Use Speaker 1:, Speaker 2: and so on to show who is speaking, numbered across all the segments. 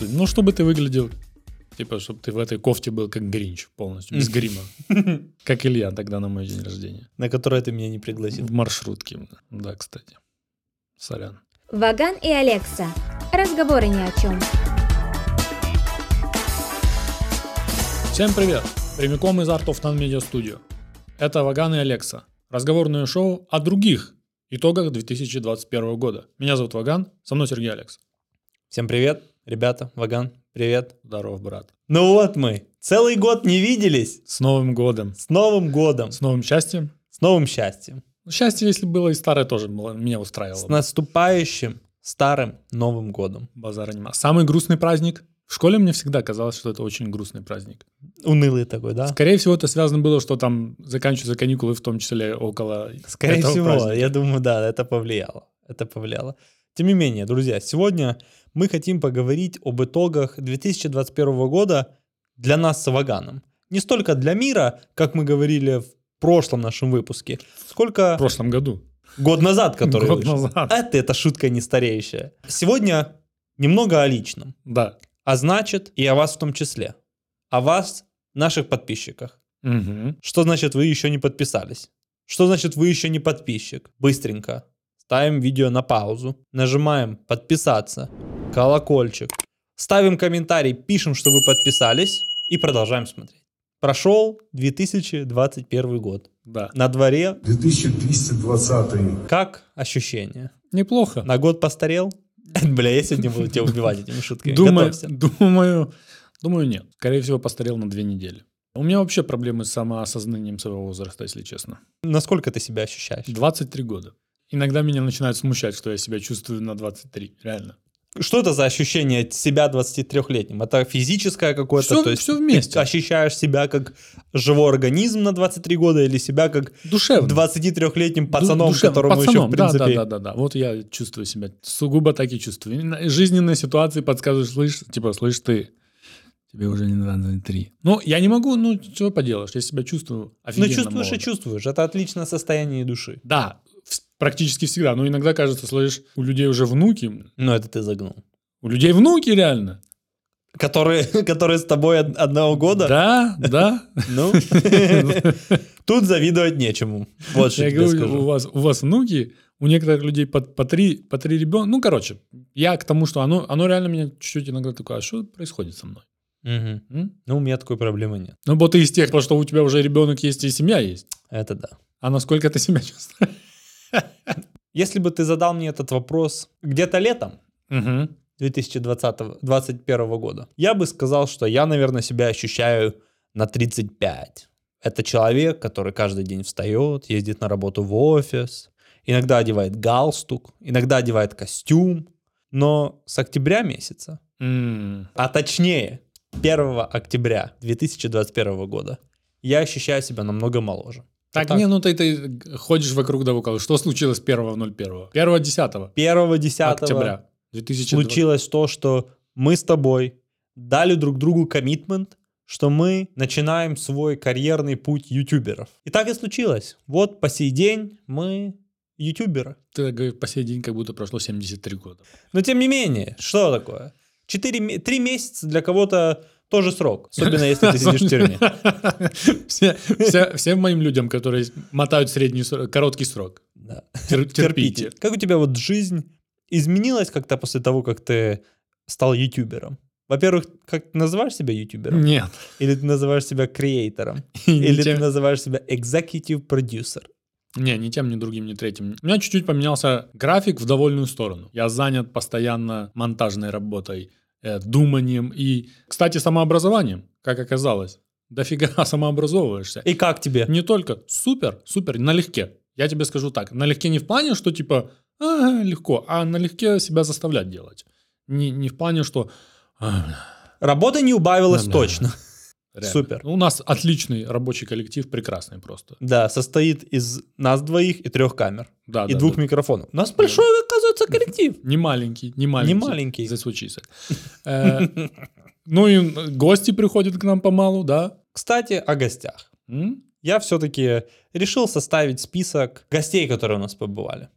Speaker 1: ну, чтобы ты выглядел, типа, чтобы ты в этой кофте был как Гринч полностью, без грима. Как Илья тогда на мой день рождения.
Speaker 2: на которое ты меня не пригласил.
Speaker 1: В маршрутке. именно. Да, кстати. Сорян.
Speaker 3: Ваган и Алекса. Разговоры ни о чем.
Speaker 1: Всем привет! Прямиком из Art of Non Media Studio. Это Ваган и Алекса. Разговорное шоу о других итогах 2021 года. Меня зовут Ваган, со мной Сергей Алекс.
Speaker 2: Всем привет, ребята, Ваган, привет.
Speaker 1: Здоров, брат.
Speaker 2: Ну вот мы, целый год не виделись.
Speaker 1: С Новым годом.
Speaker 2: С Новым годом,
Speaker 1: С новым счастьем.
Speaker 2: с новым счастьем,
Speaker 1: Ну, Счастье, если было и старое, тоже было, меня устраивало.
Speaker 2: с наступающим старым Новым годом.
Speaker 1: Базара нема. Самый грустный праздник? В школе мне всегда казалось, что это очень грустный праздник.
Speaker 2: Унылый такой, да?
Speaker 1: Скорее всего, это связано было, что там заканчиваются каникулы, в том числе около
Speaker 2: Скорее
Speaker 1: этого
Speaker 2: всего,
Speaker 1: праздника.
Speaker 2: я думаю, да, это повлияло. Это повлияло. Тем не менее, друзья, сегодня мы хотим поговорить об итогах 2021 года для нас с Ваганом. Не столько для мира, как мы говорили в прошлом нашем выпуске, сколько
Speaker 1: в прошлом году.
Speaker 2: год назад, который
Speaker 1: Год
Speaker 2: вышел.
Speaker 1: назад.
Speaker 2: Это, это шутка не стареющая. Сегодня немного о личном,
Speaker 1: Да.
Speaker 2: а значит и о вас в том числе. О вас, наших подписчиках.
Speaker 1: Мгм.
Speaker 2: Что значит вы еще не подписались? Что значит вы еще не подписчик? Быстренько. Ставим видео на паузу. Нажимаем подписаться. Колокольчик. Ставим комментарий, пишем, что вы подписались. И продолжаем смотреть. Прошел 2021 год.
Speaker 1: Да.
Speaker 2: На дворе
Speaker 4: 2220
Speaker 2: как ощущение?
Speaker 1: Неплохо.
Speaker 2: Типа, На год постарел? Бля, я сегодня буду тебя убивать этими шутками.
Speaker 1: Думаю,
Speaker 2: Готовься.
Speaker 1: думаю, думаю, нет. Скорее всего, постарел на две недели. У меня вообще проблемы с самоосознанием своего возраста, если честно.
Speaker 2: Насколько ты себя ощущаешь?
Speaker 1: 23 года. Иногда меня начинает смущать, что я себя чувствую на 23. Реально.
Speaker 2: Что это за ощущение от себя 23-летним? Это физическое какое-то?
Speaker 1: Всё-
Speaker 2: то есть
Speaker 1: всё вместе.
Speaker 2: Ты ощущаешь себя как живой организм на 23 года или себя как
Speaker 1: Душевно.
Speaker 2: 23-летним
Speaker 1: Эм, Ду-
Speaker 2: пацаном,
Speaker 1: душевно.
Speaker 2: которому еще,
Speaker 1: Пацаном,
Speaker 2: в принципе... ну,
Speaker 1: Да, да, да, да. Вот я чувствую себя. Сугубо так и чувствую. И на- Жизненные ситуации подсказывают, слышь, типа, слышь ты, тебе уже не 23. Ну, я не могу, ну, что поделаешь, я себя чувствую
Speaker 2: Но
Speaker 1: офигенно
Speaker 2: Ну, чувствуешь и
Speaker 1: молодо.
Speaker 2: чувствуешь. Это отличное состояние души.
Speaker 1: Да, вс- практически всегда. Но иногда кажется, слышь, у людей уже внуки.
Speaker 2: Но Ну, это ты загнул.
Speaker 1: У людей внуки реально.
Speaker 2: Которые, которые с тобой од- одного года?
Speaker 1: Да, да.
Speaker 2: Ну, тут завидовать нечему. Вот что
Speaker 1: Я
Speaker 2: я тебе
Speaker 1: говорю, у
Speaker 2: скажу.
Speaker 1: вас, у вас внуки, у некоторых людей по, по три, по три ребенка. Ну, короче, я к тому, что оно, оно реально меня чуть-чуть иногда такое, а что происходит со мной?
Speaker 2: Мгм.
Speaker 1: М?
Speaker 2: Ну, у меня такой проблемы нет.
Speaker 1: Ну, вот ты из тех, потому что у тебя уже ребенок есть и семья есть.
Speaker 2: Это да.
Speaker 1: А насколько ты себя чувствуешь?
Speaker 2: Если бы ты задал мне этот вопрос где-то летом, 2021 года. Я бы сказал, что я, наверное, себя ощущаю на 35. Это человек, который каждый день встает, ездит на работу в офис, иногда одевает галстук, иногда одевает костюм. Но с октября месяца,
Speaker 1: М,
Speaker 2: а точнее 1 октября 2021 года, я ощущаю себя намного моложе.
Speaker 1: Так,
Speaker 2: Вот
Speaker 1: не, ну ты, ты ходишь вокруг да около. Что случилось 1.01? 1.10
Speaker 2: 1 10
Speaker 1: октября 2020.
Speaker 2: случилось то, что мы с тобой дали друг другу коммитмент, что мы начинаем свой карьерный путь ютуберов. И так и случилось. Вот по сей день мы ютуберы.
Speaker 1: Ты э, говоришь, по сей день как будто прошло 73 года.
Speaker 2: Но тем не менее, что такое? Четыре, ме- три месяца для кого-то тоже срок, особенно если ты сидишь в тюрьме.
Speaker 1: Все- все- Всем моим людям, которые мотают средний срок- короткий срок,
Speaker 2: Да.
Speaker 1: тер- терпите.
Speaker 2: Терпите. Как у тебя вот жизнь изменилась как-то после того, как ты стал ютубером? Во-первых, как ты называешь себя ютубером?
Speaker 1: Нет.
Speaker 2: Или ты называешь себя креатором?
Speaker 1: И
Speaker 2: Или ты
Speaker 1: ничем-
Speaker 2: называешь себя executive producer.
Speaker 1: Не, ни тем, ни другим, ни третьим. У меня чуть-чуть поменялся график в довольную сторону. Я занят постоянно монтажной работой, э, думанием и, кстати, самообразованием, как оказалось. Дофига самообразовываешься.
Speaker 2: И как тебе?
Speaker 1: Не только супер, супер, налегке. Я тебе скажу так, налегке не в плане, что типа «А, легко, а налегке себя заставлять делать. Не, не в плане, что «А, бля,
Speaker 2: Работа не убавилась
Speaker 1: Да-да.
Speaker 2: точно.
Speaker 1: реально».
Speaker 2: Супер.
Speaker 1: У нас отличный рабочий коллектив, прекрасный просто.
Speaker 2: Да, состоит из нас двоих и трех камер.
Speaker 1: Да,
Speaker 2: и
Speaker 1: А, да,
Speaker 2: двух
Speaker 1: да.
Speaker 2: микрофонов. У нас большой, оказывается, коллектив.
Speaker 1: Не маленький, не маленький.
Speaker 2: Не маленький.
Speaker 1: Засучился. Э, Ну и гости приходят к нам помалу, да?
Speaker 2: Кстати, о гостях.
Speaker 1: М?
Speaker 2: Я все-таки решил составить список гостей, которые у нас побывали.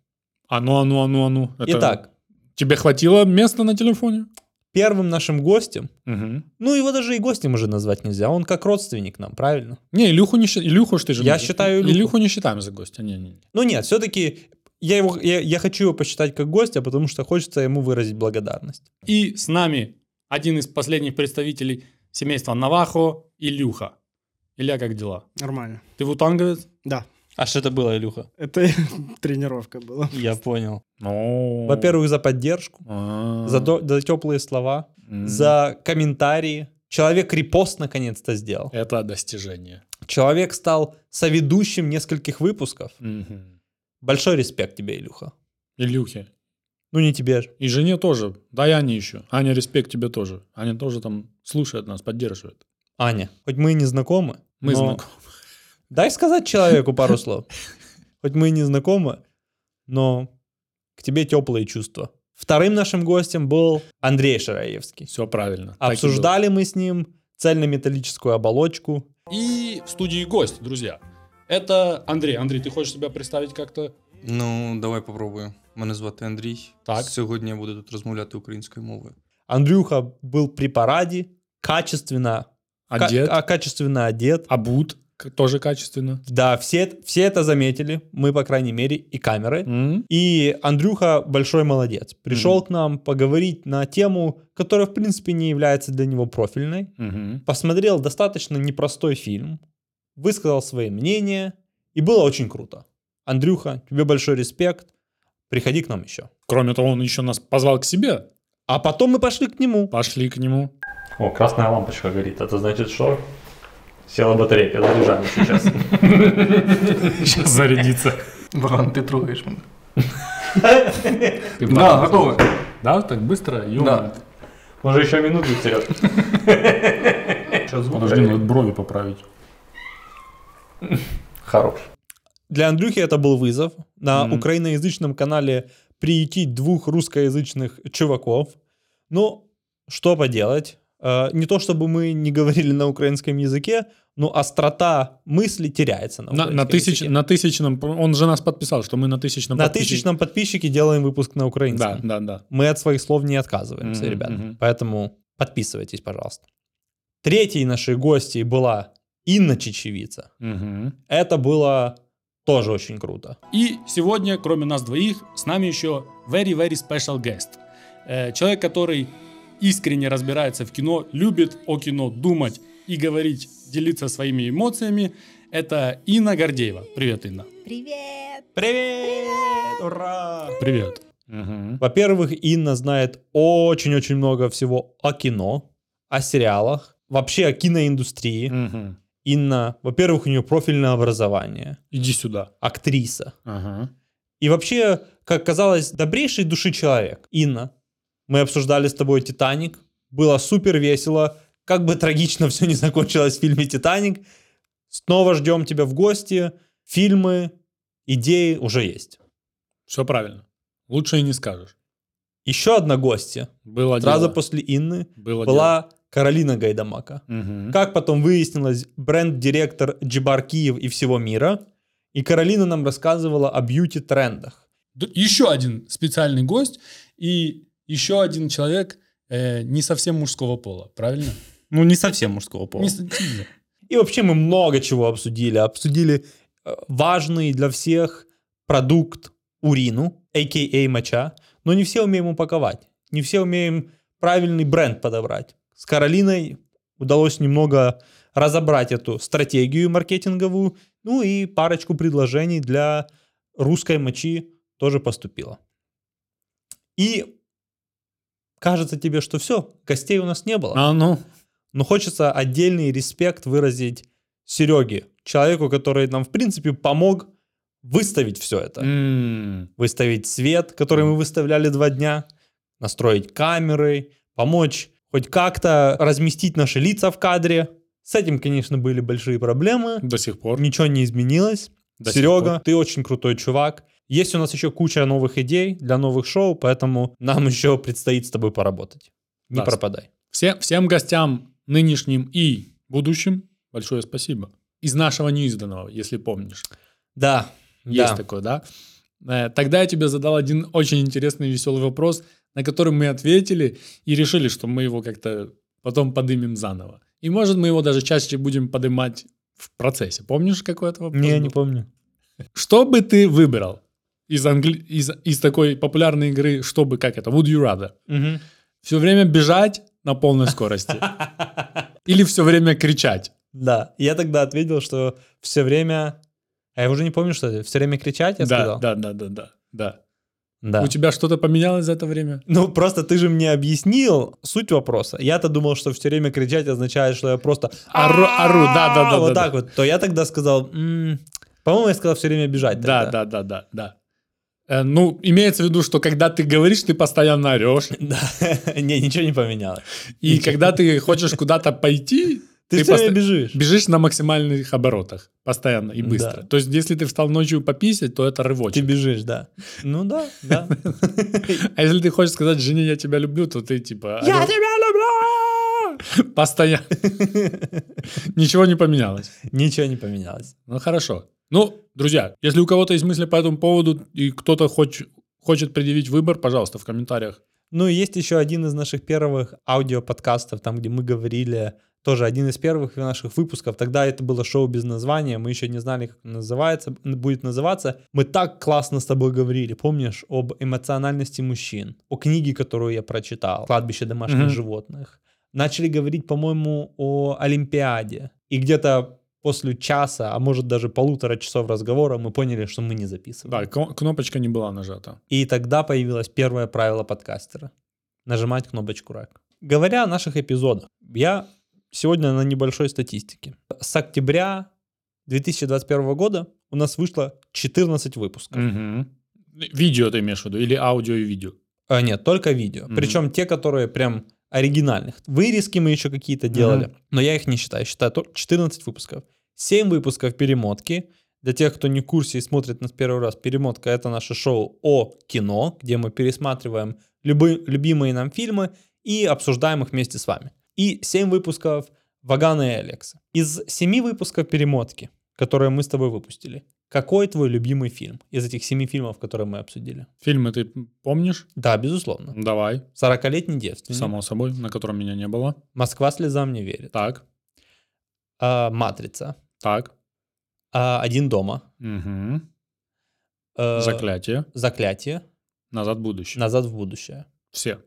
Speaker 1: А ну, а ну, а ну, а ну. Это
Speaker 2: Итак,
Speaker 1: Тебе хватило места на телефоне?
Speaker 2: Первым нашим гостем,
Speaker 1: Мгм.
Speaker 2: ну его даже и гостем уже назвать нельзя, он как родственник нам, правильно?
Speaker 1: Не, Илюху не считаем. Илюху ж ты же...
Speaker 2: Я
Speaker 1: не-
Speaker 2: считаю Илюху.
Speaker 1: Илюху не считаем за гостя. Не, не, не.
Speaker 2: Ну нет, все-таки я, его, я, я хочу его посчитать как гостя, потому что хочется ему выразить благодарность.
Speaker 5: И с нами один из последних представителей семейства Навахо, Илюха. Илья, как дела?
Speaker 6: Нормально.
Speaker 5: Ты вутанговец?
Speaker 6: Да.
Speaker 2: А что это было, Илюха?
Speaker 6: Это тренировка была.
Speaker 2: Я понял.
Speaker 1: Ну,
Speaker 2: Во-первых, за поддержку,
Speaker 1: а,
Speaker 2: за, до- за теплые слова,
Speaker 1: м,
Speaker 2: за комментарии. Человек репост наконец-то сделал.
Speaker 1: Это достижение.
Speaker 2: Человек стал соведущим нескольких выпусков.
Speaker 1: Мгм.
Speaker 2: Большой респект тебе, Илюха.
Speaker 1: Илюхе.
Speaker 2: Ну не тебе же.
Speaker 1: И жене тоже. Да и Ане еще. Аня, респект тебе тоже. Аня тоже там слушает нас, поддерживает.
Speaker 2: Аня, хоть мы и не знакомы,
Speaker 1: Мы
Speaker 2: но
Speaker 1: знакомы.
Speaker 2: дай сказать человеку пару слов. Хоть мы и не знакомы, но к тебе теплые чувства. Вторым нашим гостем был Андрей Шараевский.
Speaker 1: Все правильно. Так и
Speaker 2: Обсуждали мы с ним цельнометаллическую оболочку.
Speaker 1: было. И в студии гость, друзья. Это Андрей. Андрей, ты хочешь себя представить как-то?
Speaker 7: Ну, давай попробую. Мене звати Андрій.
Speaker 1: Так.
Speaker 7: Сьогодні я буду тут розмовляти українською мовою.
Speaker 2: Андрюха был при параде, качественно, ка-
Speaker 1: Одет.
Speaker 2: а качественно одет.
Speaker 1: Обут. А к- Тоже качественно.
Speaker 2: Да, все, все это заметили, мы, по крайней мере, и камеры.
Speaker 1: М?
Speaker 2: И Андрюха большой молодец. Пришел
Speaker 1: Мгм.
Speaker 2: к нам поговорить на тему, которая, в принципе, не является для него профильной.
Speaker 1: Мгм.
Speaker 2: Посмотрел достаточно непростой фильм, высказал свои мнения, и было очень круто. Андрюха, тебе большой респект, приходи к нам еще.
Speaker 1: Кроме того, он еще нас позвал к себе.
Speaker 2: А потом мы пошли к нему.
Speaker 1: Пошли к нему.
Speaker 8: О, красная лампочка горит. Это значит, что села батарейка. Заряжаем сейчас. Сейчас зарядится.
Speaker 9: Бран, ты трогаешь меня. Да, готовы.
Speaker 1: Да, так быстро?
Speaker 9: Да.
Speaker 8: Уже еще минуту вперед. Сейчас звук горит.
Speaker 1: брови поправить.
Speaker 8: Хорош.
Speaker 2: Для Андрюхи это был вызов. На
Speaker 1: Мгм.
Speaker 2: украиноязычном канале приютить двух русскоязычных чуваков. Ну, что поделать. Э, Не то чтобы мы не говорили на украинском языке, но острота мысли теряется на
Speaker 1: На, на
Speaker 2: украинском
Speaker 1: тысяч,
Speaker 2: языке.
Speaker 1: на тысячном... Он же нас подписал, что мы на тысячном...
Speaker 2: На
Speaker 1: подписчике-
Speaker 2: тысячном подписчике делаем выпуск на
Speaker 1: Да,
Speaker 2: украинском.
Speaker 1: да, да.
Speaker 2: Мы от своих слов не отказываемся,
Speaker 1: Мгм,
Speaker 2: ребята.
Speaker 1: мгм.
Speaker 2: Поэтому подписывайтесь, пожалуйста. Третьей нашей гостьей была Инна Чечевица.
Speaker 1: Мгм.
Speaker 2: Это было тоже очень круто.
Speaker 5: И сегодня, кроме нас двоих, с нами еще very-very special guest. Э, Человек, который искренне разбирается в кино, любит о кино думать и говорить, делиться своими эмоциями. Это Инна Гордеева. Привет, Инна.
Speaker 3: Привет!
Speaker 2: Привет! Ура!
Speaker 5: Привет.
Speaker 1: Мгм.
Speaker 2: Во-первых, Инна знает очень-очень много всего о кино, о сериалах, вообще о киноиндустрии.
Speaker 1: Мгм.
Speaker 2: Инна, во-первых, у нее профильное образование,
Speaker 1: Иди сюда.
Speaker 2: актриса.
Speaker 1: Ага.
Speaker 2: И вообще, как казалось, добрейшей души человек. Инна, мы обсуждали с тобой «Титаник». Было супер весело. Как бы трагично все не закончилось в фильме «Титаник». Снова ждем тебя в гости. Фильмы, идеи уже есть.
Speaker 1: Все правильно. Лучше и не скажешь.
Speaker 2: Еще одна гостья.
Speaker 1: Было
Speaker 2: Сразу
Speaker 1: дело.
Speaker 2: после Инны
Speaker 1: Было
Speaker 2: была Каролина Гайдамака.
Speaker 1: дело. Мгм.
Speaker 2: Как потом выяснилось, бренд-директор Джибар Киев и всего мира. И Каролина нам рассказывала о бьюти-трендах.
Speaker 5: Д- Еще один специальный гость и еще один человек э, не совсем мужского пола, правильно?
Speaker 7: Ну, не совсем мужского пола.
Speaker 5: Не с- не-
Speaker 2: И вообще мы много чего обсудили. Обсудили э, важный для всех продукт урину, а а.к.а. моча. Но не все умеем упаковать. Не все умеем правильный бренд подобрать. С Каролиной удалось немного разобрать эту стратегию маркетинговую. Ну и парочку предложений для русской мочи тоже поступило. И кажется тебе, что все, гостей у нас не было.
Speaker 1: А ну.
Speaker 2: Но хочется отдельный респект выразить Сереге, человеку, который нам, в принципе, помог выставить все это.
Speaker 1: М.
Speaker 2: Выставить свет, который мы выставляли два дня, настроить камеры, помочь хоть как-то разместить наши лица в кадре. С этим, конечно, были большие проблемы.
Speaker 1: До сих пор.
Speaker 2: Ничего не изменилось.
Speaker 1: До сих
Speaker 2: Серега,
Speaker 1: пор.
Speaker 2: ты очень крутой чувак. Есть у нас еще куча новых идей для новых шоу, поэтому нам еще предстоит с тобой поработать. Не
Speaker 1: Да, с-
Speaker 2: пропадай.
Speaker 1: Все, всем гостям нынешним и будущим большое спасибо. Из нашего неизданного, если помнишь.
Speaker 2: Да.
Speaker 1: Есть
Speaker 2: да.
Speaker 1: такое, да? Э, Тогда я тебе задал один очень интересный и веселый вопрос. на который мы ответили и решили, что мы его как-то потом подымем заново. И может мы его даже чаще будем подымать в процессе. Помнишь, какой это вопрос?
Speaker 2: Не,
Speaker 1: был?
Speaker 2: не помню.
Speaker 1: Что бы ты выбрал из, англи- из, из такой популярной игры, чтобы, как это, Would You Rather? Все время бежать на полной скорости? Или все время кричать?
Speaker 2: Да, я тогда ответил, что все время... А я уже не помню, что это. Все время кричать, я
Speaker 1: да,
Speaker 2: сказал?
Speaker 1: да, да, да, да, да.
Speaker 2: да.
Speaker 1: У тебя что-то поменялось за это время?
Speaker 2: Ну, просто ты же мне объяснил суть вопроса. Я-то думал, что все время кричать означает, что я просто
Speaker 1: Ору- ору, да-да-да-да-да.
Speaker 2: Вот так вот. То я тогда сказал... м, По-моему, я сказал все время бежать.
Speaker 1: Да,
Speaker 2: тогда.
Speaker 1: да, да, да, да. Э, ну, имеется в виду, что когда ты говоришь, ты постоянно орешь.
Speaker 2: Да. Не, ничего не поменялось.
Speaker 1: И когда ты хочешь куда-то пойти,
Speaker 2: Ты,
Speaker 1: Ты
Speaker 2: все время
Speaker 1: поста-
Speaker 2: бежишь.
Speaker 1: бежишь на максимальных оборотах постоянно и
Speaker 2: Да.
Speaker 1: быстро. То есть, если ты встал ночью пописать, то это
Speaker 2: Ты
Speaker 1: рывочек.
Speaker 2: бежишь, да. Ну да, да.
Speaker 1: А если ты хочешь сказать жене «я тебя люблю», то ты типа...
Speaker 2: Я
Speaker 1: орёшь.
Speaker 2: тебя люблю!
Speaker 1: Постоянно. Ничего не поменялось.
Speaker 2: Ничего не поменялось.
Speaker 1: Ну, хорошо. Ну, друзья, если у кого-то есть мысли по этому поводу, и кто-то хоч- хочет предъявить выбор, пожалуйста, в комментариях.
Speaker 2: Ну, и есть еще один из наших первых аудиоподкастов, там, где мы говорили, тоже один из первых наших выпусков. Тогда это было шоу без названия, мы еще не знали, как оно называется, будет называться. Мы так классно с тобой говорили, помнишь, об эмоциональности мужчин, о книге, которую я прочитал, «Кладбище домашних
Speaker 1: Мгм.
Speaker 2: животных». Начали говорить, по-моему, о Олимпиаде. И где-то после часа, а может даже полутора часов разговора мы поняли, что мы не записываем.
Speaker 1: Да, ко- кнопочка не была нажата.
Speaker 2: И тогда появилось первое правило подкастера — нажимать кнопочку «Рак». Говоря о наших эпизодах, я сегодня на небольшой статистике. С октября 2021 года у нас вышло 14 выпусков.
Speaker 1: Мгм. Э, Видео ты имеешь в виду? Или аудио и видео?
Speaker 2: А, нет, только видео.
Speaker 1: Мгм.
Speaker 2: Причем те, которые прям оригинальных. Вырезки мы еще какие-то делали, но я их не считаю. Считаю только 14 выпусков. 7 выпусков перемотки. Для тех, кто не в курсе и смотрит нас первый раз, перемотка — это наше шоу о кино, где мы пересматриваем любы- любимые нам фильмы и обсуждаем их вместе с вами. И 7 выпусков Вагана и Алекса. Из 7 выпусков перемотки, которые мы с тобой выпустили, какой твой любимый фильм из этих 7 фильмов, которые мы обсудили?
Speaker 1: Фильмы ты помнишь?
Speaker 2: Да, безусловно.
Speaker 1: Давай,
Speaker 2: 40-летний девственник.
Speaker 1: само собой, на котором меня не было.
Speaker 2: Москва слезам не верит.
Speaker 1: Так,
Speaker 2: А, Матрица.
Speaker 1: так.
Speaker 2: А, Один дома.
Speaker 1: Мгм.
Speaker 2: Э,
Speaker 1: Заклятие.
Speaker 2: Заклятие.
Speaker 1: Назад в будущее.
Speaker 2: Назад в будущее.
Speaker 1: Все.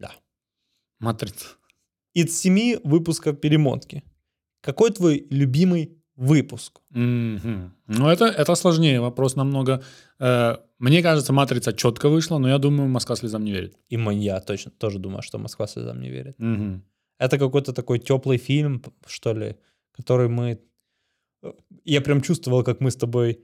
Speaker 2: Да.
Speaker 1: Матрица.
Speaker 2: Из семи выпусков перемотки. Какой твой любимый выпуск?
Speaker 1: Мгм. Ну, это, это сложнее вопрос намного. Э, Мне кажется, матрица четко вышла, но я думаю, Москва слезам не верит.
Speaker 2: И мой- я точно тоже думаю, что Москва слезам не верит.
Speaker 1: Мгм.
Speaker 2: Это какой-то такой теплый фильм, п- что ли, который мы... э, Я прям чувствовал, как мы с тобой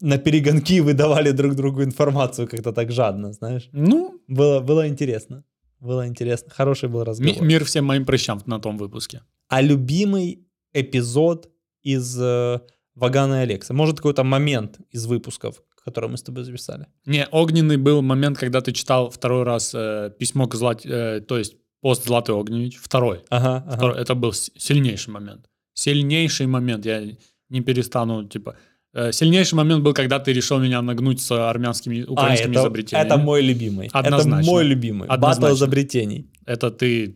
Speaker 2: на перегонки выдавали друг другу информацию как-то так жадно, знаешь.
Speaker 1: Ну,
Speaker 2: Было, было интересно. Было интересно. Хороший был разговор.
Speaker 1: ми- мир всем моим прыщам на том выпуске.
Speaker 2: а любимый эпизод из э, Вагана и Алекса? Может, какой-то момент из выпусков, который мы с тобой записали?
Speaker 1: Не, огненный был момент, когда ты читал второй раз э, письмо к Злате, э, то есть пост Златой Огневич, второй.
Speaker 2: Ага, ага.
Speaker 1: Второй. Это был с- сильнейший момент. Сильнейший момент, я не перестану, типа... э, Сильнейший момент был, когда ты решил меня нагнуть с армянскими,
Speaker 2: А,
Speaker 1: украинскими
Speaker 2: это,
Speaker 1: изобретениями.
Speaker 2: это мой любимый. Это
Speaker 1: Однозначно.
Speaker 2: мой любимый. Батл
Speaker 1: Однозначно.
Speaker 2: изобретений.
Speaker 1: Это ты,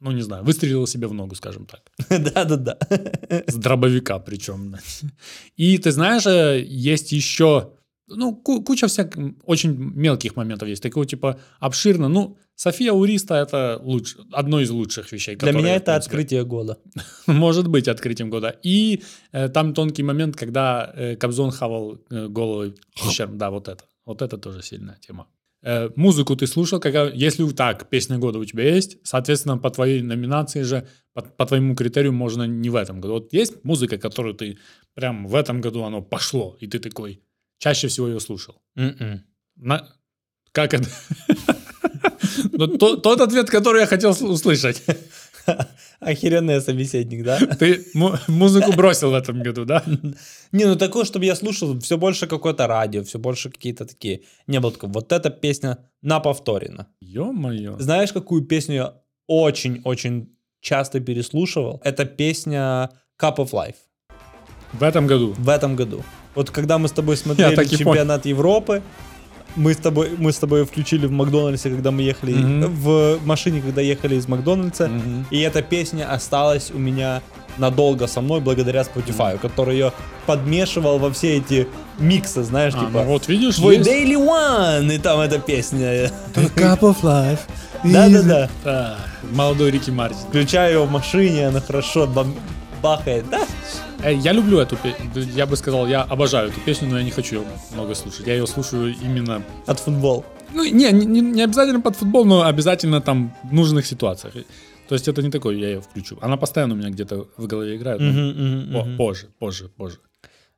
Speaker 1: ну не знаю, выстрелил себе в ногу, скажем так.
Speaker 2: Да-да-да.
Speaker 1: С дробовика причем. И ты знаешь, э, есть еще, ну, ку- куча всяких, м, очень мелких моментов есть. Такого типа обширно. Ну, София Уриста это луч- одно из лучших вещей.
Speaker 2: Для
Speaker 1: которые,
Speaker 2: меня
Speaker 1: в
Speaker 2: это
Speaker 1: принципе,
Speaker 2: открытие года.
Speaker 1: Может быть открытием года. И э, там тонкий момент, когда э, Кобзон хавал э, головой ущерб. Да, вот это. Вот это тоже сильная тема. Э, музыку ты слушал, какая... если у- так, песня года у тебя есть, соответственно, по твоей номинации же, по, по твоему критерию можно не в этом году. Вот есть музыка, которую ты прям в этом году оно пошло, и ты такой чаще всего ее слушал.
Speaker 2: Мгм.
Speaker 1: На- Как это? Ну, то- Тот ответ, который я хотел сл- услышать.
Speaker 2: Охеренный собеседник, да?
Speaker 1: Ты му- музыку бросил в этом году, да?
Speaker 2: Не, ну такое, чтобы я слушал все больше какое-то радио, все больше какие-то такие. Не было такого, вот эта песня на повторено.
Speaker 1: Ё-моё.
Speaker 2: Знаешь, какую песню я очень-очень часто переслушивал? Это песня Cup of Life
Speaker 1: В этом году.
Speaker 2: в этом году. Вот когда мы с тобой смотрели
Speaker 1: так и
Speaker 2: чемпионат Европы, Мы с тобой, мы с тобой включили в Макдональдсе, когда мы ехали,
Speaker 1: Мгм.
Speaker 2: в машине, когда ехали из Макдональдса, и эта песня осталась у меня надолго со мной благодаря Spotify, который ее подмешивал во все эти миксы, знаешь,
Speaker 1: А,
Speaker 2: типа
Speaker 1: ну вот видишь,
Speaker 2: твой
Speaker 1: есть-
Speaker 2: Daily One, и там эта песня.
Speaker 1: The cup of life.
Speaker 2: Да-да-да.
Speaker 1: А, молодой Рики Мартин.
Speaker 2: Включаю ее в машине, она хорошо бам- бахает. Да?
Speaker 1: Э, Я люблю эту песню. Я бы сказал, я обожаю эту песню, но я не хочу ее много слушать. Я ее слушаю именно...
Speaker 2: От футбол.
Speaker 1: Ну, не, не, не- не обязательно под футбол, но обязательно там в нужных ситуациях. И- То есть это не такое, я ее включу. Она постоянно у меня где-то в голове играет. но по- Позже, позже, позже.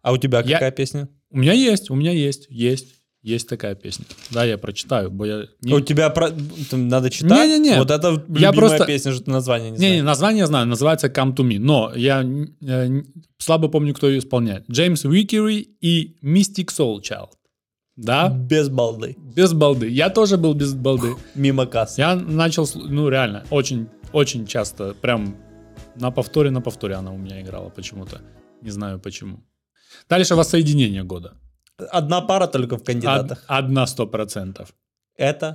Speaker 2: А у тебя
Speaker 1: Я-
Speaker 2: какая песня?
Speaker 1: У меня есть, у меня есть, есть, есть такая песня. Да, я прочитаю, бо я... не-
Speaker 2: А У тебя про- там надо читать?
Speaker 1: Не-не-не.
Speaker 2: Вот это
Speaker 1: Я
Speaker 2: любимая
Speaker 1: просто-
Speaker 2: песня, что ты название не
Speaker 1: Не, не,
Speaker 2: знаешь.
Speaker 1: название я знаю, называется Come to Me, но я н- э, н- слабо помню, кто ее исполняет. Джеймс Уикери и Mystic Soul Child. Да,
Speaker 2: Без балды.
Speaker 1: без балды. Я тоже был без балды.
Speaker 2: Мимо кассы.
Speaker 1: Я начал, слу- ну реально, очень, очень часто, прям на повторе, на повторе она у меня играла почему-то. Не знаю почему. Дальше воссоединение года.
Speaker 2: Одна пара только в
Speaker 1: Од-
Speaker 2: кандидатах.
Speaker 1: одна сто процентов.
Speaker 2: Это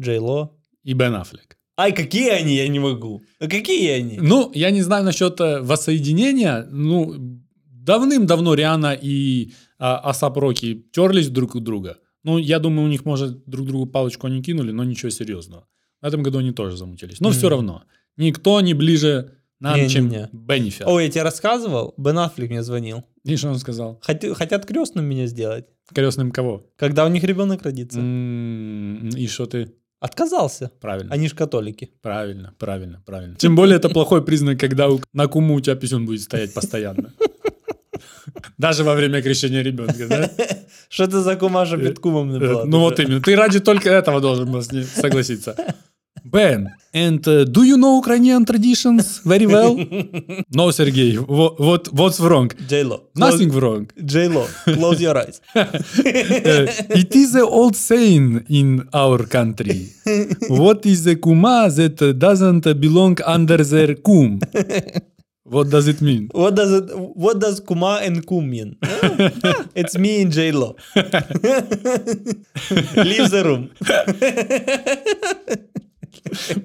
Speaker 2: Джейло.
Speaker 1: И Бен Аффлек.
Speaker 2: Ай, какие они, я не могу. Ну, Какие они?
Speaker 1: Ну, я не знаю насчет э, воссоединения. Ну, давным-давно Риана и а, Асап Роки терлись друг у друга. Ну, я думаю, у них, может, друг другу палочку они кинули, но ничего серьезного. В этом году они тоже замутились. Но все
Speaker 2: Мгм.
Speaker 1: равно. Никто не ближе нам,
Speaker 2: Не-не-не.
Speaker 1: чем Бенефер.
Speaker 2: Ой, я тебе рассказывал? Бен Аффлек мне звонил.
Speaker 1: И что он сказал?
Speaker 2: Хот- хотят крестным меня сделать,
Speaker 1: Колесным кого? М-м-м.
Speaker 2: когда у них ребенок родится.
Speaker 1: М, И что ты?
Speaker 2: Отказался.
Speaker 1: Правильно.
Speaker 2: Они ж католики.
Speaker 1: Правильно, правильно, правильно. Тем более это плохой признак, когда у- на куму у тебя писюн будет стоять постоянно. Даже во время крещения ребенка, да?
Speaker 2: Что это за кумаша перед кумом
Speaker 1: Э,
Speaker 2: была?
Speaker 1: Ну вот именно. Ты ради только этого должен был с ним согласиться. Бен, and uh, do you know Ukrainian traditions very well? No, Сергей, wha- what, what's wrong?
Speaker 2: Джейло.
Speaker 1: Nothing wrong.
Speaker 2: Джейло, close your eyes.
Speaker 1: Э, It is an old saying in our country. What is the kuma that doesn't belong under their cum? What does it mean?
Speaker 2: What does, it, what does kuma and kum mean? Ah, It's me and J-Lo. Leave the room.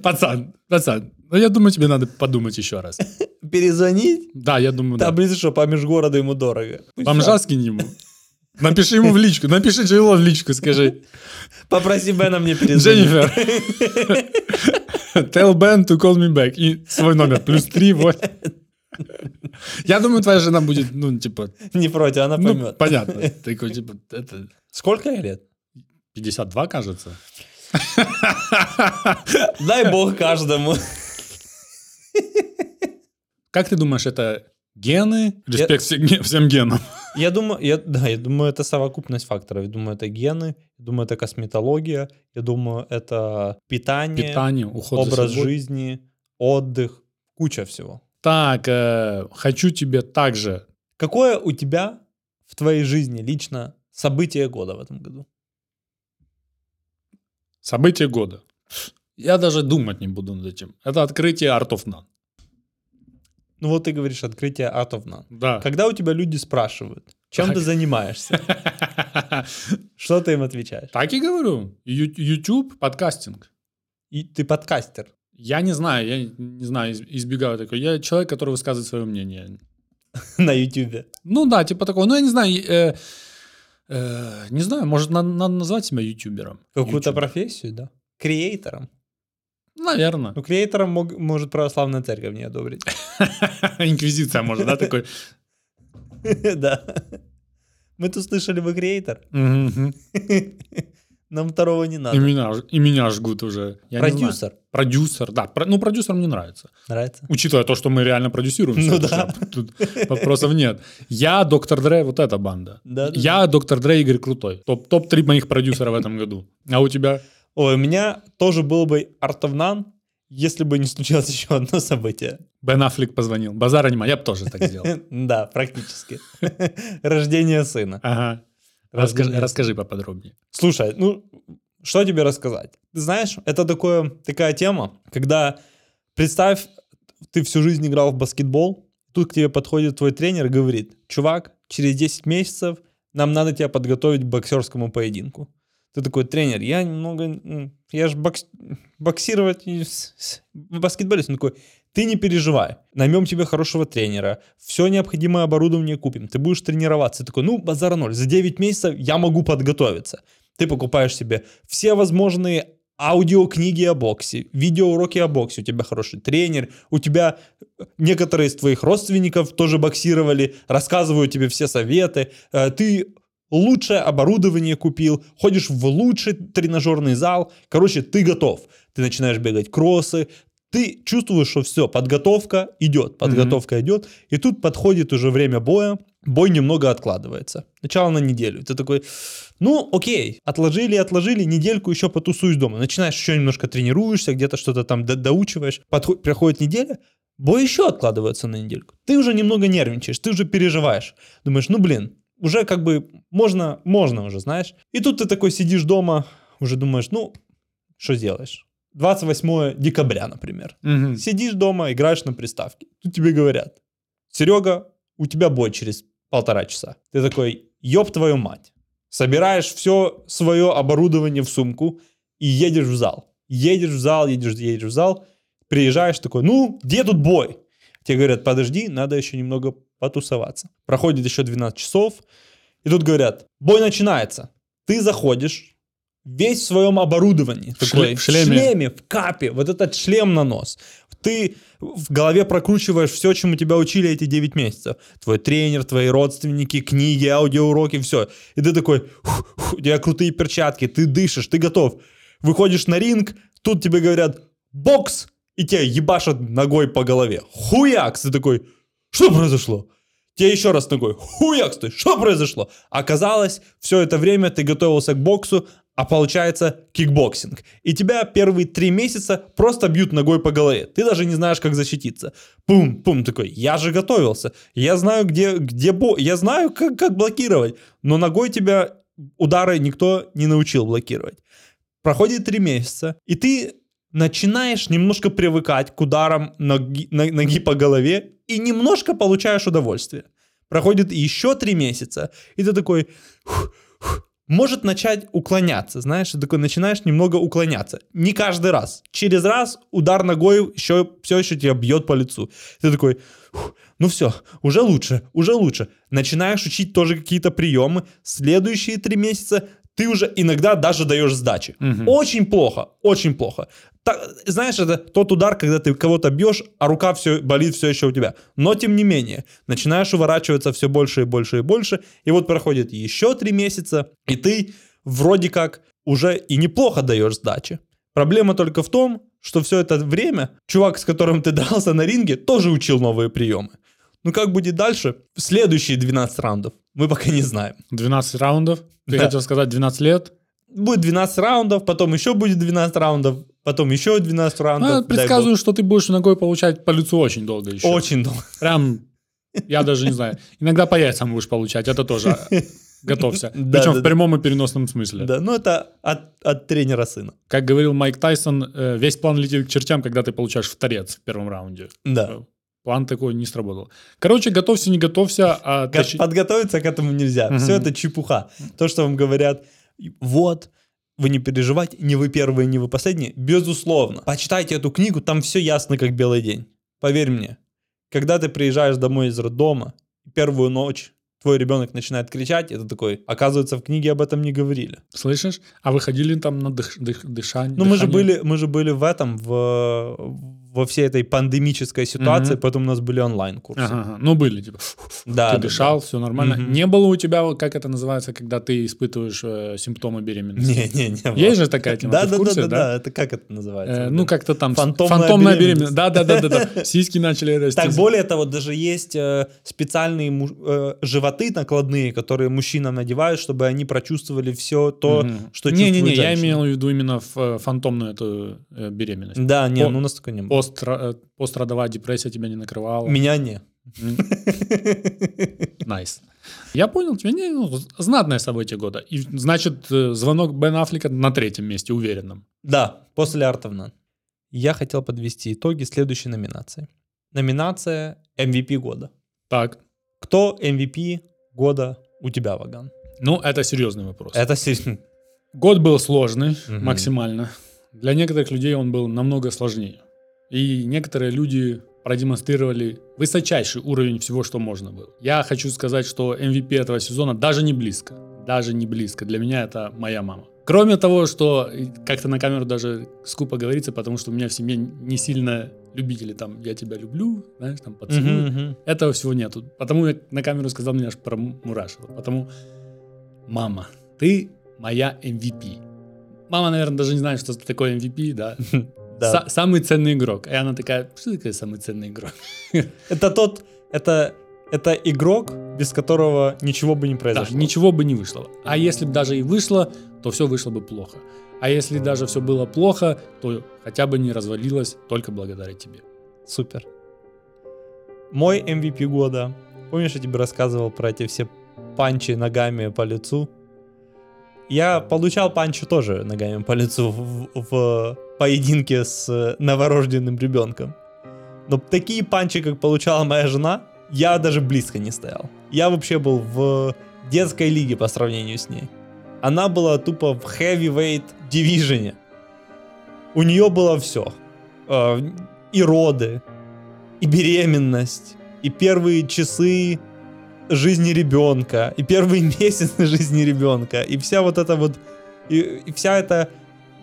Speaker 1: Пацан, пацан, ну я думаю, тебе надо подумать еще раз.
Speaker 2: Перезвонить?
Speaker 1: Да, я думаю, да.
Speaker 2: Таблицы, что по межгороду ему дорого. Пусть
Speaker 1: Бомжа скинь ему. Напиши ему в личку, напиши Джейло в личку, скажи.
Speaker 2: так. Попроси Бена мне перезвонить.
Speaker 1: Дженнифер. Tell Ben to call me back. И свой номер. Плюс 3, 8. Я думаю, твоя жена будет, ну, типа,
Speaker 2: Не против, она
Speaker 1: ну,
Speaker 2: поймет.
Speaker 1: понятно. Такой, типа, это...
Speaker 2: Сколько ей лет?
Speaker 1: 52, кажется.
Speaker 2: Дай бог каждому.
Speaker 1: Как ты думаешь, это гены? Респект всем ге- всем генам.
Speaker 2: Я думаю, я, да, я думаю, это совокупность факторов. Я думаю, это гены, я думаю, это косметология, я думаю, это питание,
Speaker 1: Питание, уход за
Speaker 2: образ
Speaker 1: собой.
Speaker 2: жизни, отдых, куча всего.
Speaker 1: Так, э, хочу тебе также...
Speaker 2: Какое у тебя в твоей жизни лично событие года в этом году?
Speaker 1: Событие года. Я даже думать не буду над этим. Это открытие артов None.
Speaker 2: Ну вот ты говоришь открытие Art of None.
Speaker 1: Да.
Speaker 2: Когда у тебя люди спрашивают, чем
Speaker 1: Так.
Speaker 2: ты занимаешься, что ты им отвечаешь?
Speaker 1: Так и говорю. Ю- YouTube, подкастинг.
Speaker 2: И ты подкастер.
Speaker 1: Я не знаю, я не знаю, из- избегаю такой. Я человек, который высказывает свое мнение.
Speaker 2: на Ютубе.
Speaker 1: Ну да, типа такого. Ну я не знаю, э, э, не знаю, может на- надо, назвать себя ютубером.
Speaker 2: Какую-то
Speaker 1: Ютубер.
Speaker 2: профессию, да? Креатором.
Speaker 1: Наверное.
Speaker 2: Ну, креатором мог- может православная церковь не одобрить.
Speaker 1: Инквизиция, может, да, такой.
Speaker 2: Да. Мы тут слышали, вы креатор.
Speaker 1: Мгм.
Speaker 2: Нам второго не
Speaker 1: И
Speaker 2: надо.
Speaker 1: меня, ж- и меня жгут уже. Я не знаю.
Speaker 2: Продюсер.
Speaker 1: Продюсер, да. Про- Ну, продюсер мне нравится.
Speaker 2: Нравится?
Speaker 1: Учитывая то, что мы реально продюсируем.
Speaker 2: Ну
Speaker 1: всё,
Speaker 2: да.
Speaker 1: уже Тут вопросов нет. Я, Доктор Дре, вот эта банда.
Speaker 2: Да, да,
Speaker 1: Я, Доктор Дре, Игорь Крутой. Топ- Топ-3 моих продюсера в этом году. А у тебя?
Speaker 2: Ой, у меня тоже был бы артовнан, если бы не случилось еще одно событие.
Speaker 1: Бен Аффлек позвонил. Базара нема, я бы тоже так сделал.
Speaker 2: Да, практически. Рождение сына.
Speaker 1: Ага.
Speaker 2: Рождение
Speaker 1: Расскажи,
Speaker 2: сына.
Speaker 1: расскажи поподробнее.
Speaker 2: Слушай, ну, что тебе рассказать? Ты знаешь, это такое, такая тема, когда, представь, ты всю жизнь играл в баскетбол, тут к тебе подходит твой тренер и говорит, чувак, через 10 месяцев нам надо тебя подготовить к боксерскому поединку. Ты такой, тренер, я немного... м, Я же бокс- боксировать... и с- с- Баскетболист. Он такой, ты не переживай, наймем тебе хорошего тренера, все необходимое оборудование купим, ты будешь тренироваться. Ты такой, ну, базар ноль, за 9 месяцев я могу подготовиться. Ты покупаешь себе все возможные аудиокниги о боксе, видеоуроки о боксе, у тебя хороший тренер, у тебя некоторые из твоих родственников тоже боксировали, рассказывают тебе все советы, э, ты лучшее оборудование купил, ходишь в лучший тренажерный зал, короче, ты готов. Ты начинаешь бегать кроссы, ты чувствуешь, что все, подготовка идет, подготовка идет, и тут подходит уже время боя, бой немного откладывается. Начало на неделю. Ты такой, ну, окей, отложили, отложили, недельку еще потусуюсь дома. Начинаешь еще немножко тренируешься, где-то что-то там до- доучиваешь. Подхо- проходит неделя, бой еще откладывается на недельку. Ты уже немного нервничаешь, ты уже переживаешь. Думаешь, ну, блин, уже как бы можно, можно уже, знаешь. И тут ты такой сидишь дома, уже думаешь, ну, что сделаешь? 28 декабря, например.
Speaker 6: Мгм.
Speaker 2: Сидишь дома, играешь на приставке. Тут тебе говорят, Серега, у тебя бой через полтора часа. Ты такой, ёб твою мать. Собираешь все свое оборудование в сумку и едешь в зал. Едешь в зал, едешь, едешь в зал. Приезжаешь такой, ну, где тут бой? Тебе говорят, подожди, надо еще немного потусоваться. Проходит еще 12 часов. И тут говорят, бой начинается. Ты заходишь, весь в своем оборудовании. Такой,
Speaker 1: в шлеме.
Speaker 2: В шлеме, в капе. Вот этот шлем на нос. Ты в голове прокручиваешь все, чему тебя учили эти 9 месяцев. Твой тренер, твои родственники, книги, аудиоуроки, все. И ты такой, «Фух, фух, у тебя крутые перчатки, ты дышишь, ты готов. Выходишь на ринг, тут тебе говорят «бокс», и тебя ебашат ногой по голове. Хуякс! Ты такой «что произошло?» Тебе еще раз ногой «хуякс!» Ты «что произошло?» Оказалось, все это время ты готовился к боксу, а получается кикбоксинг. И тебя первые три месяца просто бьют ногой по голове. Ты даже не знаешь, как защититься. Пум-пум, такой, я же готовился. Я знаю, где, где бо... Я знаю, как, как блокировать. Но ногой тебя удары никто не научил блокировать. Проходит три месяца, и ты начинаешь немножко привыкать к ударам ноги, но- ноги по голове и немножко получаешь удовольствие. Проходит еще три месяца, и ты такой... «Фух, фух». Может начать уклоняться, знаешь, ты такой начинаешь немного уклоняться. Не каждый раз. Через раз удар ногой еще, все еще тебя бьет по лицу. Ты такой, «Фух, ну все, уже лучше, уже лучше. Начинаешь учить тоже какие-то приемы. Следующие три месяца ты уже иногда даже даешь сдачи. Очень плохо, очень плохо. Та- знаешь, это тот удар, когда ты кого-то бьешь, а рука все болит все еще у тебя. Но тем не менее, начинаешь уворачиваться все больше и больше и больше. И вот проходит еще три месяца, и ты вроде как уже и неплохо даешь сдачи. Проблема только в том, что все это время чувак, с которым ты дрался на ринге, тоже учил новые приемы. Ну как будет дальше? Следующие 12 раундов мы пока не знаем.
Speaker 1: 12 раундов. Ты
Speaker 2: Да.
Speaker 1: хотел сказать 12 лет.
Speaker 2: Будет 12 раундов, потом еще будет 12 раундов, потом еще 12
Speaker 1: Ну,
Speaker 2: раундов.
Speaker 1: я
Speaker 2: дай бог.
Speaker 1: предсказываю, что ты будешь ногой получать по лицу очень долго еще.
Speaker 2: Очень долго.
Speaker 1: Прям, я даже не знаю. Иногда по яйцам будешь получать, это тоже э, готовься.
Speaker 2: Да,
Speaker 1: Причем
Speaker 2: да,
Speaker 1: в прямом и переносном смысле.
Speaker 2: Да, ну это от, от тренера сына.
Speaker 1: Как говорил Майк Тайсон, э, весь план летит к чертям, когда ты получаешь в торец в первом раунде.
Speaker 2: Да.
Speaker 1: План такой не сработал. Короче, готовься, не готовься, а
Speaker 2: Ко-
Speaker 1: тащи-
Speaker 2: Подготовиться к этому нельзя. Все это чепуха. То, что вам говорят, вот, вы не переживайте, не вы первые, не вы последние. Безусловно. Почитайте эту книгу, там все ясно, как белый день. Поверь мне, когда ты приезжаешь домой из роддома, первую ночь твой ребенок начинает кричать, это такой, оказывается, в книге об этом не говорили.
Speaker 1: Слышишь? А выходили там на дыш... дых- дышань-
Speaker 2: Ну, мы же,
Speaker 1: дыхание?
Speaker 2: были, мы же были в этом, в, во всей этой пандемической ситуации,
Speaker 1: Мгм.
Speaker 2: поэтому у нас были онлайн-курсы.
Speaker 1: Ага, ага. Ну, были, типа,
Speaker 2: Да,
Speaker 1: ты
Speaker 2: да,
Speaker 1: дышал, все нормально.
Speaker 2: Мгм.
Speaker 1: Не было у тебя, вот как это называется, когда ты испытываешь э, симптомы
Speaker 2: да.
Speaker 1: беременности? Э,
Speaker 2: Не, не, не.
Speaker 1: Есть же такая тема,
Speaker 2: Да,
Speaker 1: ты в
Speaker 2: да, да,
Speaker 1: курсе,
Speaker 2: да,
Speaker 1: да?
Speaker 2: да. Это как это называется?
Speaker 1: Э, ну,
Speaker 2: как
Speaker 1: как-то там... с-
Speaker 2: Фантомная беременность.
Speaker 1: Да, да, да, да, да. Сиськи начали расти.
Speaker 2: так, более того, даже есть э, специальные му- э, животы накладные, которые мужчинам надевают, чтобы они прочувствовали все то, что чувствует
Speaker 1: Не-не-не, я
Speaker 2: женщина.
Speaker 1: имел в виду именно ф- э, фантомную эту э, беременность.
Speaker 2: Да, не,
Speaker 1: По-
Speaker 2: ну у нас такое не было.
Speaker 1: Постра- э, Пострадовая депрессия тебя не накрывала.
Speaker 2: Меня не.
Speaker 1: Найс. Я понял тебя. Не, ну, з- знатное событие года. И, значит, э, звонок Бен Аффлека на третьем месте, уверенном.
Speaker 2: Да, после Артовна. Я хотел подвести итоги следующей номинации. Номинация MVP года.
Speaker 1: Так.
Speaker 2: Кто MVP года у тебя, Ваган?
Speaker 1: Ну, это серьезный вопрос.
Speaker 2: Это серьезно.
Speaker 1: Год был сложный,
Speaker 2: Мгм.
Speaker 1: максимально. Для некоторых людей он был намного сложнее. И некоторые люди продемонстрировали высочайший уровень всего, что можно было. Я хочу сказать, что MVP этого сезона даже не близко. Даже не близко. Для меня это моя мама. Кроме того, что и как-то на камеру даже скупо говорится, потому что у меня в семье не сильно любители там «я тебя люблю», знаешь, там «поцелуй».
Speaker 2: Мгм, мгм.
Speaker 1: Этого всего нету. Потому я на камеру сказал, меня аж промурашило. Потому, мама, ты моя MVP. Мама, наверное, даже не знает, что такое MVP, да?
Speaker 2: Да.
Speaker 1: Са- самый ценный игрок. И она такая, что такое самый ценный игрок?
Speaker 2: Это тот, это, это игрок, без которого ничего бы не
Speaker 1: Да,
Speaker 2: произошло.
Speaker 1: ничего бы не вышло. А если бы даже и вышло, то все вышло бы плохо. А если даже все было плохо, то хотя бы не развалилось только благодаря тебе.
Speaker 2: Супер. Мой MVP года. Помнишь, я тебе рассказывал про эти все панчи ногами по лицу? Я получал панчи тоже ногами по лицу в, в поединке с э, новорожденным ребенком. Но такие панчи, как получала моя жена, я даже близко не стоял. Я вообще был в детской лиге по сравнению с ней. Она была тупо в heavyweight дивизионе. У нее было А, все. И роды, и беременность, и первые часы жизни ребенка, и первые месяцы жизни ребенка, и вся вот эта вот, и, и вся эта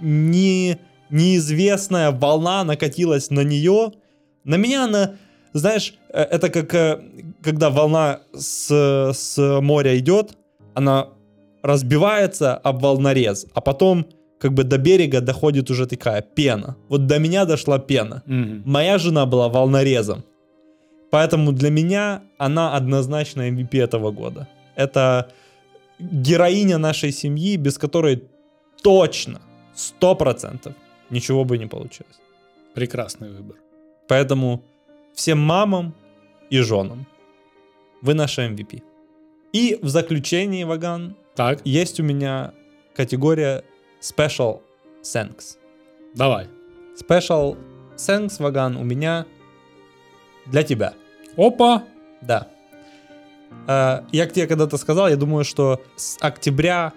Speaker 2: не, неизвестная волна накатилась на нее. На меня она, знаешь, э, это как э, когда волна с, с моря идет, она разбивается об волнорез, а потом как бы до берега доходит уже такая пена. Вот до меня дошла пена. Моя жена была волнорезом. Поэтому для меня она однозначно MVP этого года. Это героиня нашей семьи, без которой точно, сто процентов ничего бы не получилось.
Speaker 1: Прекрасный выбор.
Speaker 2: Поэтому всем мамам и женам вы наши MVP. И в заключении, Ваган,
Speaker 1: Так,
Speaker 2: есть у меня категория Special Thanks.
Speaker 1: давай.
Speaker 2: Special Thanks, Ваган, у меня для тебя.
Speaker 1: Опа!
Speaker 2: Да. Э, Я к тебе когда-то сказал, я думаю, что с октября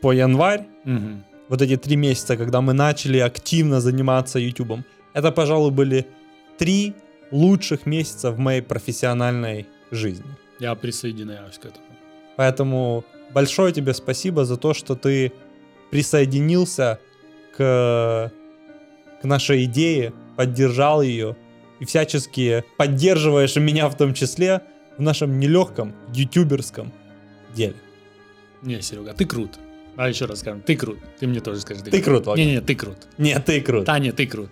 Speaker 2: по январь,
Speaker 1: Мгм.
Speaker 2: вот эти три месяца, когда мы начали активно заниматься Ютубом, это, пожалуй, были три лучших месяца в моей профессиональной жизни.
Speaker 1: Я присоединяюсь к этому.
Speaker 2: Поэтому большое тебе спасибо за то, что ты присоединился к, к нашей идее, поддержал ее и всячески поддерживаешь и меня в том числе в нашем нелегком ютуберском деле.
Speaker 1: Не, Серега, ты крут. А еще раз скажем, ты крут. Ты мне тоже скажи.
Speaker 2: Ты крут, Ваня.
Speaker 1: Не-не, ты крут.
Speaker 2: Нет, ты крут.
Speaker 1: Таня, ты крут.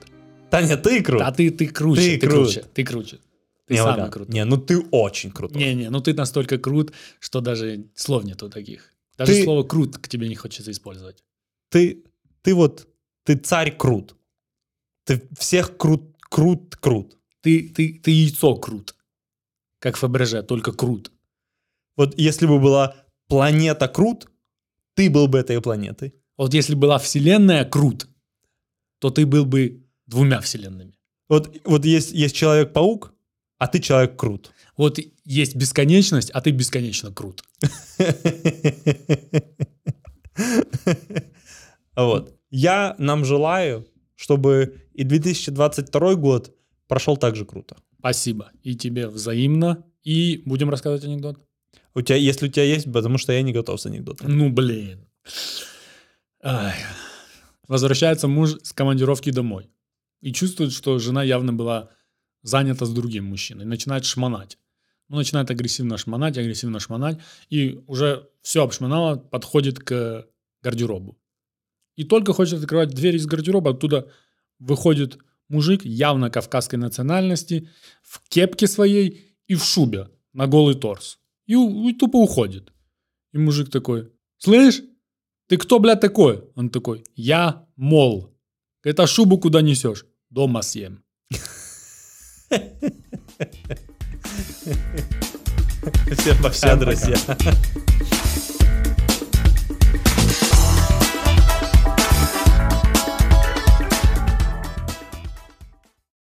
Speaker 2: Таня, ты крут.
Speaker 1: Да ты, ты круче.
Speaker 2: Ты
Speaker 1: Ты,
Speaker 2: крут.
Speaker 1: круче. Ты круче. Ты
Speaker 2: не,
Speaker 1: самый
Speaker 2: Ваган,
Speaker 1: крут.
Speaker 2: не, ну ты очень крутой.
Speaker 1: Не-не, ну ты настолько крут, что даже слов нету таких. Даже
Speaker 2: Ты-
Speaker 1: слово крут к тебе не хочется использовать.
Speaker 2: Ты, ты вот, ты царь крут. Ты всех крут, крут, крут.
Speaker 1: Ты, ты, ты яйцо крут. Как Фаберже, только крут.
Speaker 2: Вот если бы была планета Крут, ты был бы этой планетой.
Speaker 1: Вот если была вселенная крут, то ты был бы двумя вселенными.
Speaker 2: Вот, вот есть, есть Человек-паук, а ты Человек Крут.
Speaker 1: Вот есть бесконечность, а ты бесконечно крут.
Speaker 2: Вот. Я нам желаю, чтобы и 2022 год прошел так же круто.
Speaker 1: Спасибо. И тебе взаимно. И будем рассказывать анекдот.
Speaker 2: У тебя, если у тебя есть, потому что я не готов с анекдотом.
Speaker 1: Ну, блин. Ай. Возвращается муж с командировки домой и чувствует, что жена явно была занята с другим мужчиной. Начинает шмонать. Ну, начинает агрессивно шмонать, агрессивно шмонать. И уже все обшмонала, подходит к гардеробу. И только хочет открывать дверь из гардероба, оттуда выходит мужик явно кавказской национальности, в кепке своей и в шубе на голый торс. И, у- и тупо уходит. И мужик такой, слышь, ты кто, блядь, такой? Он такой, я мол. Говорит, а шубу куда несешь? Дома съем.
Speaker 2: Всем пока, друзья.